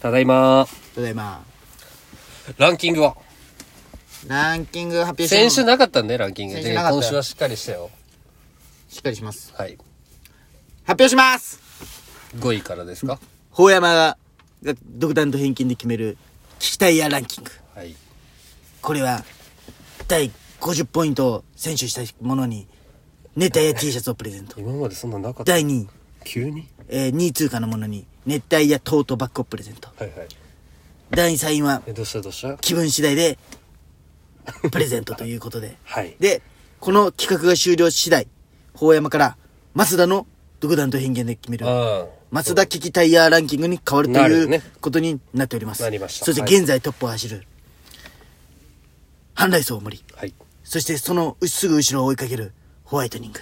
ただいま。ただいま。ランキングはランキング発表しま先す週なかったんで、ランキング。先週でなかった今週はしっかりしたよ。しっかりします。はい。発表します5位からですか法山が、が独断と偏見で決める、聞きたいやランキング。はい。これは、第50ポイントを選手した者に、ネタや T シャツをプレゼント。今までそんななかった。第2位、急にえー、2位通過の者に、熱帯やトートバッグをプレゼント。はいはい。第3位は、え、どうしたどうした気分次第で、プレゼントということで。はい。で、この企画が終了次第、法山から、増田の独断と偏見で決める、あ松田危機タイヤーランキングに変わるとなるいよねうことになっております。なりましたそして現在トップを走る、阪大層森。あ。はい。そしてそのすぐ後ろを追いかけるホワイトニング。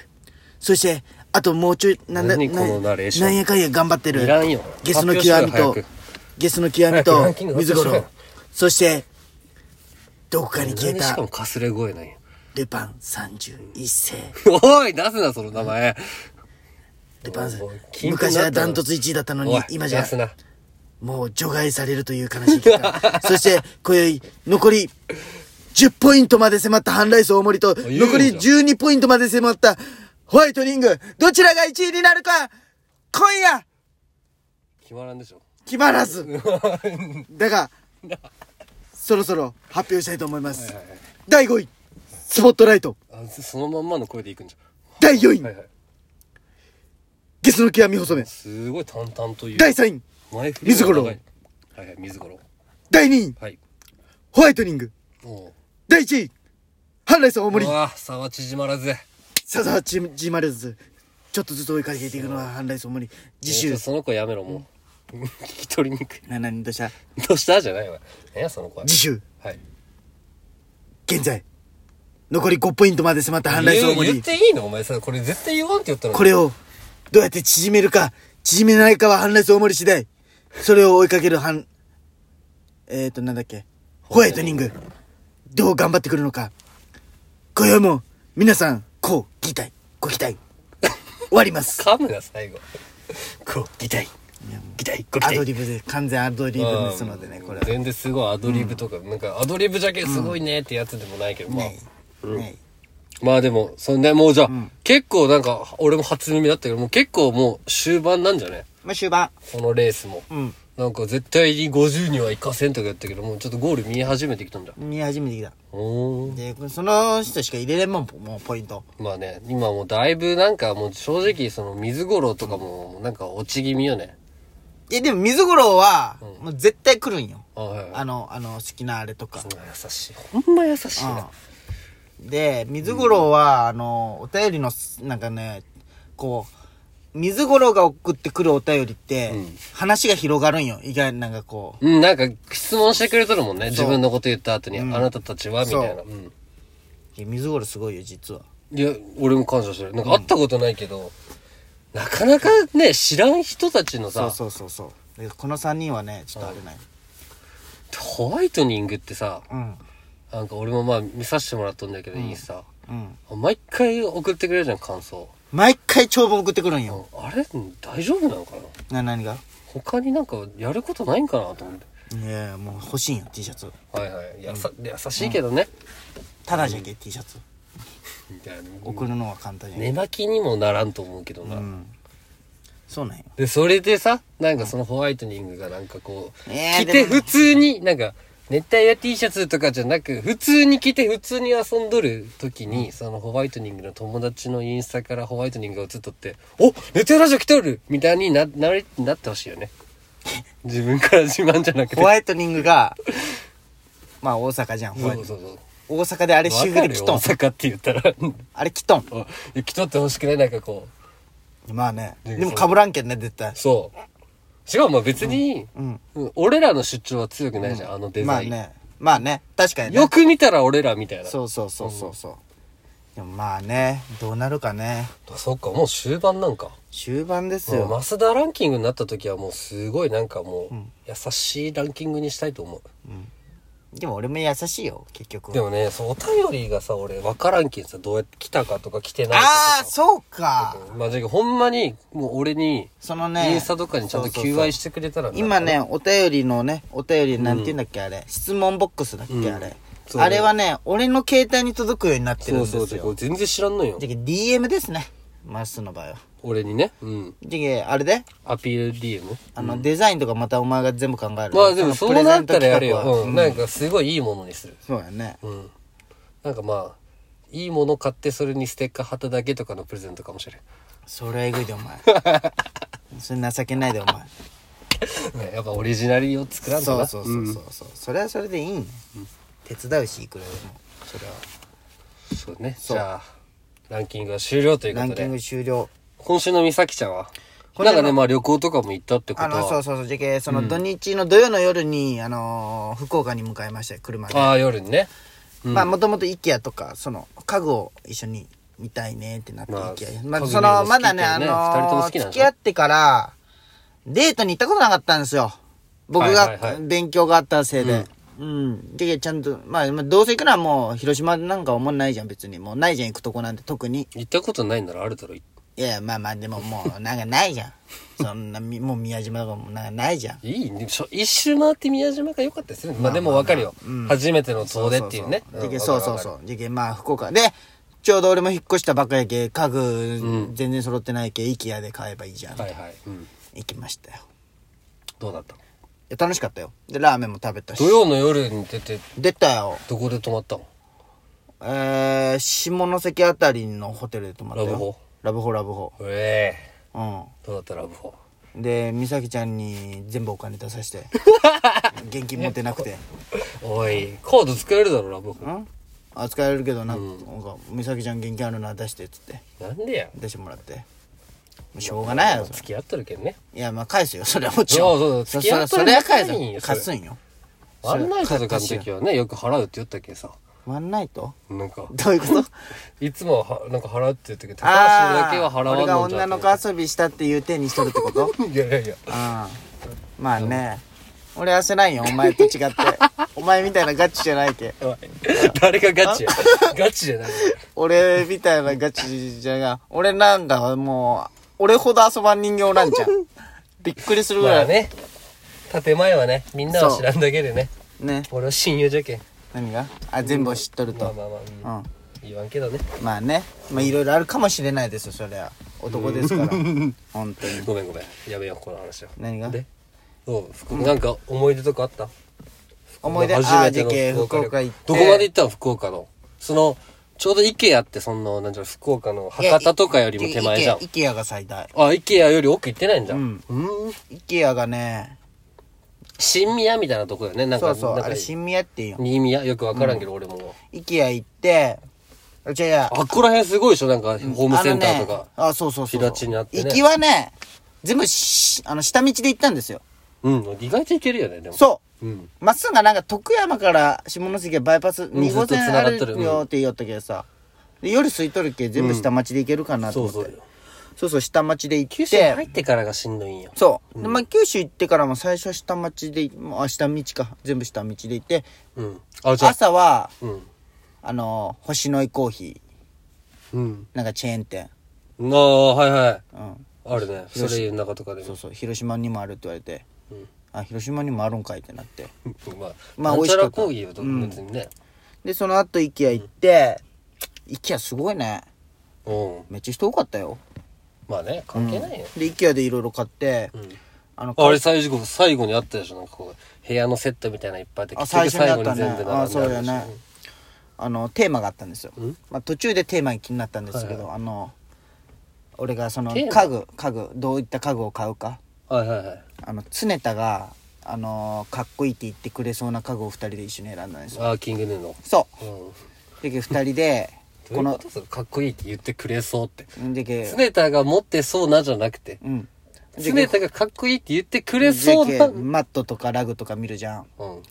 そして、あともうちょい、なんだ、何このナレーションなんやかんや頑張ってるいらんよ。ゲスの極み発表しろよと早く、ゲスの極み早くラとンキング、水発表しろ五よ郎。そして、どこかに消えなんでしかもた、かすれ声なんや。ルパン31世。おい出すな、その名前。ルパンさんおいキングになった昔はダントツ1位だったのおにい、、今じゃ出、すな。もう除外されるという悲しい結 果。そして、今宵、残り、10ポイントまで迫ったハンライス大森と、言うよ残り12ポイントまで迫ったホワイトニング、どちらが1位になるか、今夜、決まらんでしょ。決まら ず。だが、そろそろ発表したいと思います。第5位、スポットライト。あそそのまんまの声でいくんじ第4ゃん。はい位、はい。ゲスの極み細め。すごい淡々という。第3位、前振りが長い水五郎はいはい、水五郎。第2位、はい。ホワイトニング。おう。第1位、ハンライス大森う。わ差は縮まらず。さあさあ縮まれずちょっとずつ追いかけていくのは反対そう無理次えー週ちょその子やめろ、もう。聞き取りにくい。な何どうしたどうしたじゃないわ。何や、その子は。次週はい。現在残り5ポイントまで迫った反対言そうう無言理っていいのお前さ、これ絶対言わんって言ったのに。これをどうやって縮めるか縮めないかは反対そう無理次第それを追いかける反えーとなんだっけホワイトニングどう頑張ってくるのか今宵も皆さんこう期待ご期待終わります噛むな、最後。こう、ギタイ。ギタイ、こう、アギタドイ。リブで完全アドリブですのでねうんこれは全然すごいアドリブとか、なんかアドリブじゃけすごいねってやつでもないけど、まあねねまあでもそんでもうじゃあ、結構なんか俺も初耳だったけどもう結構もう終盤なんじゃねまあ終盤このレースも、んなんか絶対に50には行かせんとか言ったけどもうちょっとゴール見え始めてきたんだ見始めてきたおーでその人しか入れれんもんもうポイントまあね今もうだいぶなんかもう正直その水五郎とかもなんか落ち気味よねいやでも水五郎は、もう絶対来るんよあはいはいあのあの好きなあれとか、うん優しいほんま優しいなうんで水五郎は、あのお便りのなんかねこう水五郎が送ってくるお便りって、話が広がるんよ意外になんかこうん、なんか質問してくれとるもんね。自分のこと言った後に、あなたたちはみたいな。そううん。ういや水五郎すごいよ実はいや、俺も感謝してる。なんか会ったことないけど、なかなかね、知らん人たちのそうさ、そうそうそうでこの3人はねちょっとあれない、ホワイトニングってさ、うんなんか俺もまあ見させてもらっとんだけど、インスタ。うん毎回送ってくれるじゃん、感想。毎回長文送ってくるんうんよ、あれ大丈夫なのかなな何が他になんかやることないんかなと思って。いやいやもう欲しいんよ T シャツはいはい。やさ、優しいけどね。ただじゃけ、T シャツみたいな。送るのは簡単じゃけ寝巻きにもならんと思うけどな。うんそうなんよで、それでさ、なんかそのホワイトニングがなんかこう、えー着てでもね普通に、なんか、熱帯夜 T シャツとかじゃなく、普通に着て普通に遊んどる時に、そのホワイトニングの友達のインスタからホワイトニングが映っとって、お熱帯ラジオ来とるみたいにな、なれ、なってほしいよね。自分から自慢じゃなくて。ホワイトニングがまあ大阪じゃんホそワイうトそうそう。大阪であれ修わ復かでる来よ、と大ん阪って言ったら。あれ来とんおいや着とってほしくないなんかこう。まあねででもかぶらんけんね絶対そう。しかもまあ別に、うんうん俺らの出張は強くないじゃん、あのデまあザイン。ねまあね確かによねく見たら俺らみたいな。そうそうそうそうそうでもまあねどうなるかねそっか、もう終盤なんか。終盤ですもうよマスダランキングになった時はもうすごいなんかもう、優しいランキングにしたいと思う。でも俺も優しいよ、結局。でもね、そう、お便りがさ、俺、わからんけんさ、どうやって来たかとか来てないかとか。ああ、そうか。まあ、じゃあほんまに、もう俺に、そのね。インスタとかにちゃんとそうそうそう QI してくれたらな今ね、、お便りのね、お便りなんて言うんだっけ、あれ。質問ボックスだっけ、うんあれ。そうあれはね、俺の携帯に届くようになってるんそでうすそよ。う、てか全然知らんのよ。じゃけ DM ですね。マスの場合は。俺にね。うん。じゃけあれでアピール DM? あの、デザインとかまたお前が全部考える。まあでもそそのうなったらやるプレゼント企画はよ。ううんん。なんかすごいいいものにする。そうやね。うん。なんかまあ、いいもの買ってそれにステッカー貼っただけとかのプレゼントかもしれん。それはえぐいで、お 前。それ情けないで、お前。ねやっぱオリジナリを作らんとそうな。そうそうそうそう、それはそれでいいね、手伝うしいくらでもそれはうんそうね。そうじゃあ、ランキングは終了というラこンとキンで。グ終了今週のみさきちゃんはこれなのんかね、まあ旅行とかも行ったってことあは。のそうそうそうじゃけその土日の土曜の夜に、あのー福岡に向かいましたよ車でああ、夜にね。まあもともと IKEA とかその家具を一緒に見たいねってなってまあ IKEA、まあ家具そ見るのの好まきだだねよあねの二人ともー好きなん付でしょき合ってからデートに行ったことなかったんですよ僕はいがはいはい勉強があったせいでうんでちゃんとまあまあどうせ行くのはもう広島なんか思んないじゃん別にもうないじゃん行くとこなんて特に行ったことないならあるだろ。いいやまあまあでももうなんかないじゃん そんなみもう宮島とかもなんかないじゃんいね。しょ一周回って宮島が良かったでするまあでもわかるよ。初めての遠出っていうね。そうそうそうでんそうそうわかるそわかうでまあ福岡でちょうど俺も引っ越したばっかりやけ家具全然揃ってないけ、IKEA で買えばいいじゃん、るはいはい。うん。行きましたよどうだったのいや楽しかったよでラーメンも食べたし土曜の夜に出て、出たよどこで泊まったのえー、下関あたりのホテルで泊まったよラブホラブホラブホええうんどうだったラブホで美咲ちゃんに全部お金出させ て現金持ってなくておい、カード使えるだろ、ラブホ。ん扱えるけどな,、なんか美咲ちゃん元気あるな出してっつってなんでや。出してもらってもうしょうがないやろそれ付き合っとるけんね。いやまあ返すよそれはもちろんそうそうそ付き合そったらそれは返すないんよよ貸すんよワンナイトとかのそれ時はね、よく払うって言ったけどさ。ワンナイトなんか、 どういうこといつもは、なんか払うって言ったけど、高橋あだあけは払わん俺がのじ女ゃとの思子遊びしたっていう手にしとるってこと って。いやいやいや。ああまあね俺はせないよお前と違って お前みたいなガチじゃないけおい誰がガチ や。ガチじゃない。俺みたいなガチじゃが俺なんかはもう俺ほど遊ばん人形なん じゃんびっくりするぐまらあい、ね、建前はね、みんなは知らんだけでね。ね俺は親友じゃけん。何があ全部を知っとるまあと、まあまうあ、んうん、言わんけどね。まあねまあいろいろあるかもしれないですよそりゃ男ですから本当にごめんごめん。やめよう、この話は。何がでどう福岡なんか思い出とかあった思い出あ初めーてじのけ福福岡岡行ってどこまで行ったの福岡の。その、ちょうど IKEA ってその、なんじゃろ、福岡の博多とかよりも手前じゃん。イケアが最大あ、IKEA より奥行ってないんじゃん。ううんん。イケアがね新宮みたいなとこよね。なんそか、うそうなんかあれ新宮っていうんよ新宮よくわからんけど、俺も。イケア行ってじゃあいやあっこら辺すごいでしょなんか、ホームセンターとあのねか。あそうそうそう平地にあってね行きはね全部しあの下道で行ったんですようん、意外といけるよね、でも。。そううん。うまっすぐがなんか徳山から下関バイパス2号線あるずっと繋がっとるよって言おったけどさで夜空いとるけ全部下町で行けるかなとそ思うそって、うよ。そうそう下町で行って九州に入ってからがしんどいんよ。そう、でまあ、九州行ってからも最初は下町でもうあ下道か全部下道で行ってうん。あ、じゃあ、朝はうん。あのー星の井コーヒうん。ーなんかチェーン店、ああ、はいはい。うん、あるね。それの中とかでそうも。そう広島にもあるって言われて、あ広島にもあるんかいってなってまあ、ままああ、美お味いししかったら講義よ、別にね。でその後 IKEA 行って、IKEA すごいねうん。めっちゃ人多かったよまあね、関係ないよ。で IKEA でいろいろ買って、あのあれ最後、最後にあったでしょなんかこう、部屋のセットみたいなのいっぱいあって、あ結最局初に最あ後ったにね全部あ並んでそうあやるでしょねあのテーマがあったんですよ、まあ、途中でテーマに気になったんですけど、あの俺がそのテーマ家具家具どういった家具を買うかはいはいはい。あの常田があのかっこいいって言ってくれそうな家具を2人で一緒に選んだんですよあーキングヌーの。そうん。うで2人で どうこいうのことそれかっこいいって言ってくれそうって。でけ常田が持ってそうなじゃなくて、うん常田がかっこいいって言ってくれそうでな。けうん。マットとかラグとか見るじゃんど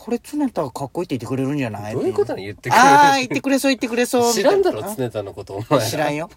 これ常田がかっこいいって言ってくれるんじゃないどういうことなの言ってくれるああ言ってくれそう言ってくれそう知らんだろみたいな、常田のこと、お前。知らんよ。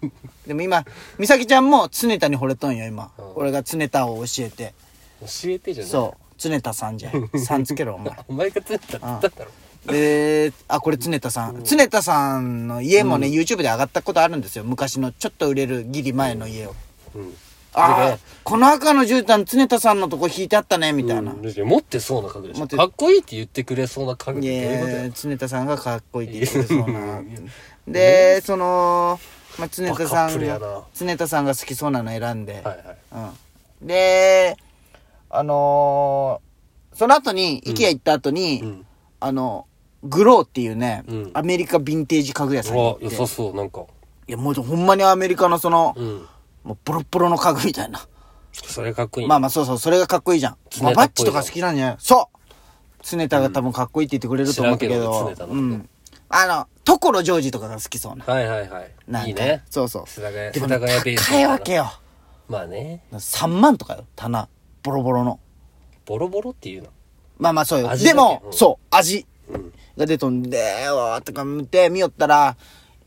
でも今、美咲ちゃんも常田に惚れとんよ、今。俺が常田を教えて。教えてじゃないそ常田さんじゃ ん。さんつけろ、お前。お前が釣ったって言ったんだろ。で、あ、これ常田さん。常田さんの家もね、YouTube で上がったことあるんですよ。昔のちょっと売れるギリ前の家を。うん。あだあ、この赤の絨毯常田さんのとこ引いてあったね、みたいな。うんだって持ってそうな家具でし持ょ。ってかっこいいって言ってくれそうな家具っいてどういうことやや常田さんがかっこいいって言ってそうな。で、その、まあ、常田バカさップんルやがな、常田さんが好きそうなの選んで。はいはい。うん。で、あのーその後に、イケア行った後に、うんあの、グローっていうね、うんアメリカヴィンテージ家具屋さんに行っあ、て。良さそう、なんか。いや、もうほんまにアメリカのその、うん。もうボロッボロの家具みたいな。それかっこいい。まあまあそうそう、それがかっこいいじゃん。常ま田あっぽいバッチとか好きなんじゃないそう常田が多分かっこいいって言ってくれると思うけ知らんど。けど常田のことうん。あの、所ジョージとかが好きそうな。はいはいはなんい。かいいね。そうそう。世田谷、で世も田ね、谷ベース。高いわけ。よ。まあね。 3万とかよ、棚。ボロボロの。ボロボロっていうの。まあまあそうよ。味だでけも、うんそう、味が出とんで、わーとか見て、見よったら、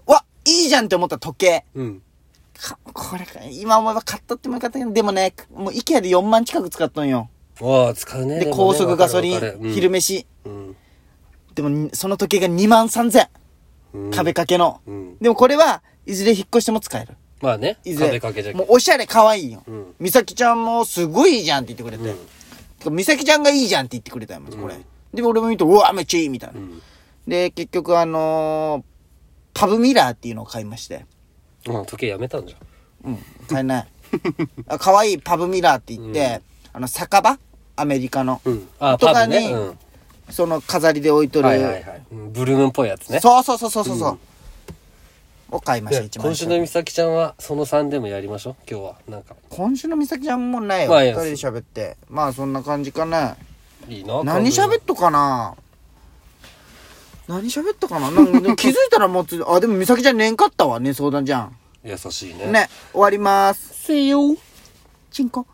わいいじゃんって思った時計。うん。かこれか、今思えば買ったってもよかったけど、でもね、もう IKEA で4万近く使っとんよ。わあ、使うね。で、もね高速ガソリわかるわかン、る昼飯。うん。でもに、その時計が2万3千。うん壁掛けのうん。でもこれは、いずれ引っ越しても使える。まあね。いずれ。壁掛けじゃもうおしゃれ可愛いようん。美咲ちゃんもすごいいいじゃんって言ってくれて。てか美咲ちゃんがいいじゃんって言ってくれたよ、まずこれ。で、俺も見て、うわ、めっちゃいいみたいな。んで、結局あのーパブミラーっていうのを買いまして。うん、時計やめたんじゃん。うん、買えない。 あ可愛いパブミラーって言って、あの、酒場アメリカの。うん。あ、とパかブに、ね。うん。その飾りで置いとる。はいはいはい。うんブルームっぽいやつね。そうそうそうそうそうそう。を買いました、ね一番今週の美咲ちゃんは、その3でもやりましょう。今日は。なんか、今週の美咲ちゃんもないよ。まあい二い人やで喋って。まあそんな感じかな。いいな。何感じ喋っとかな何喋ったかななん かでも気づいたらもうつ、あ、でも美咲ちゃん年かったわね、相談じゃん。優しいね。ね、終わります。 See you. チンコ。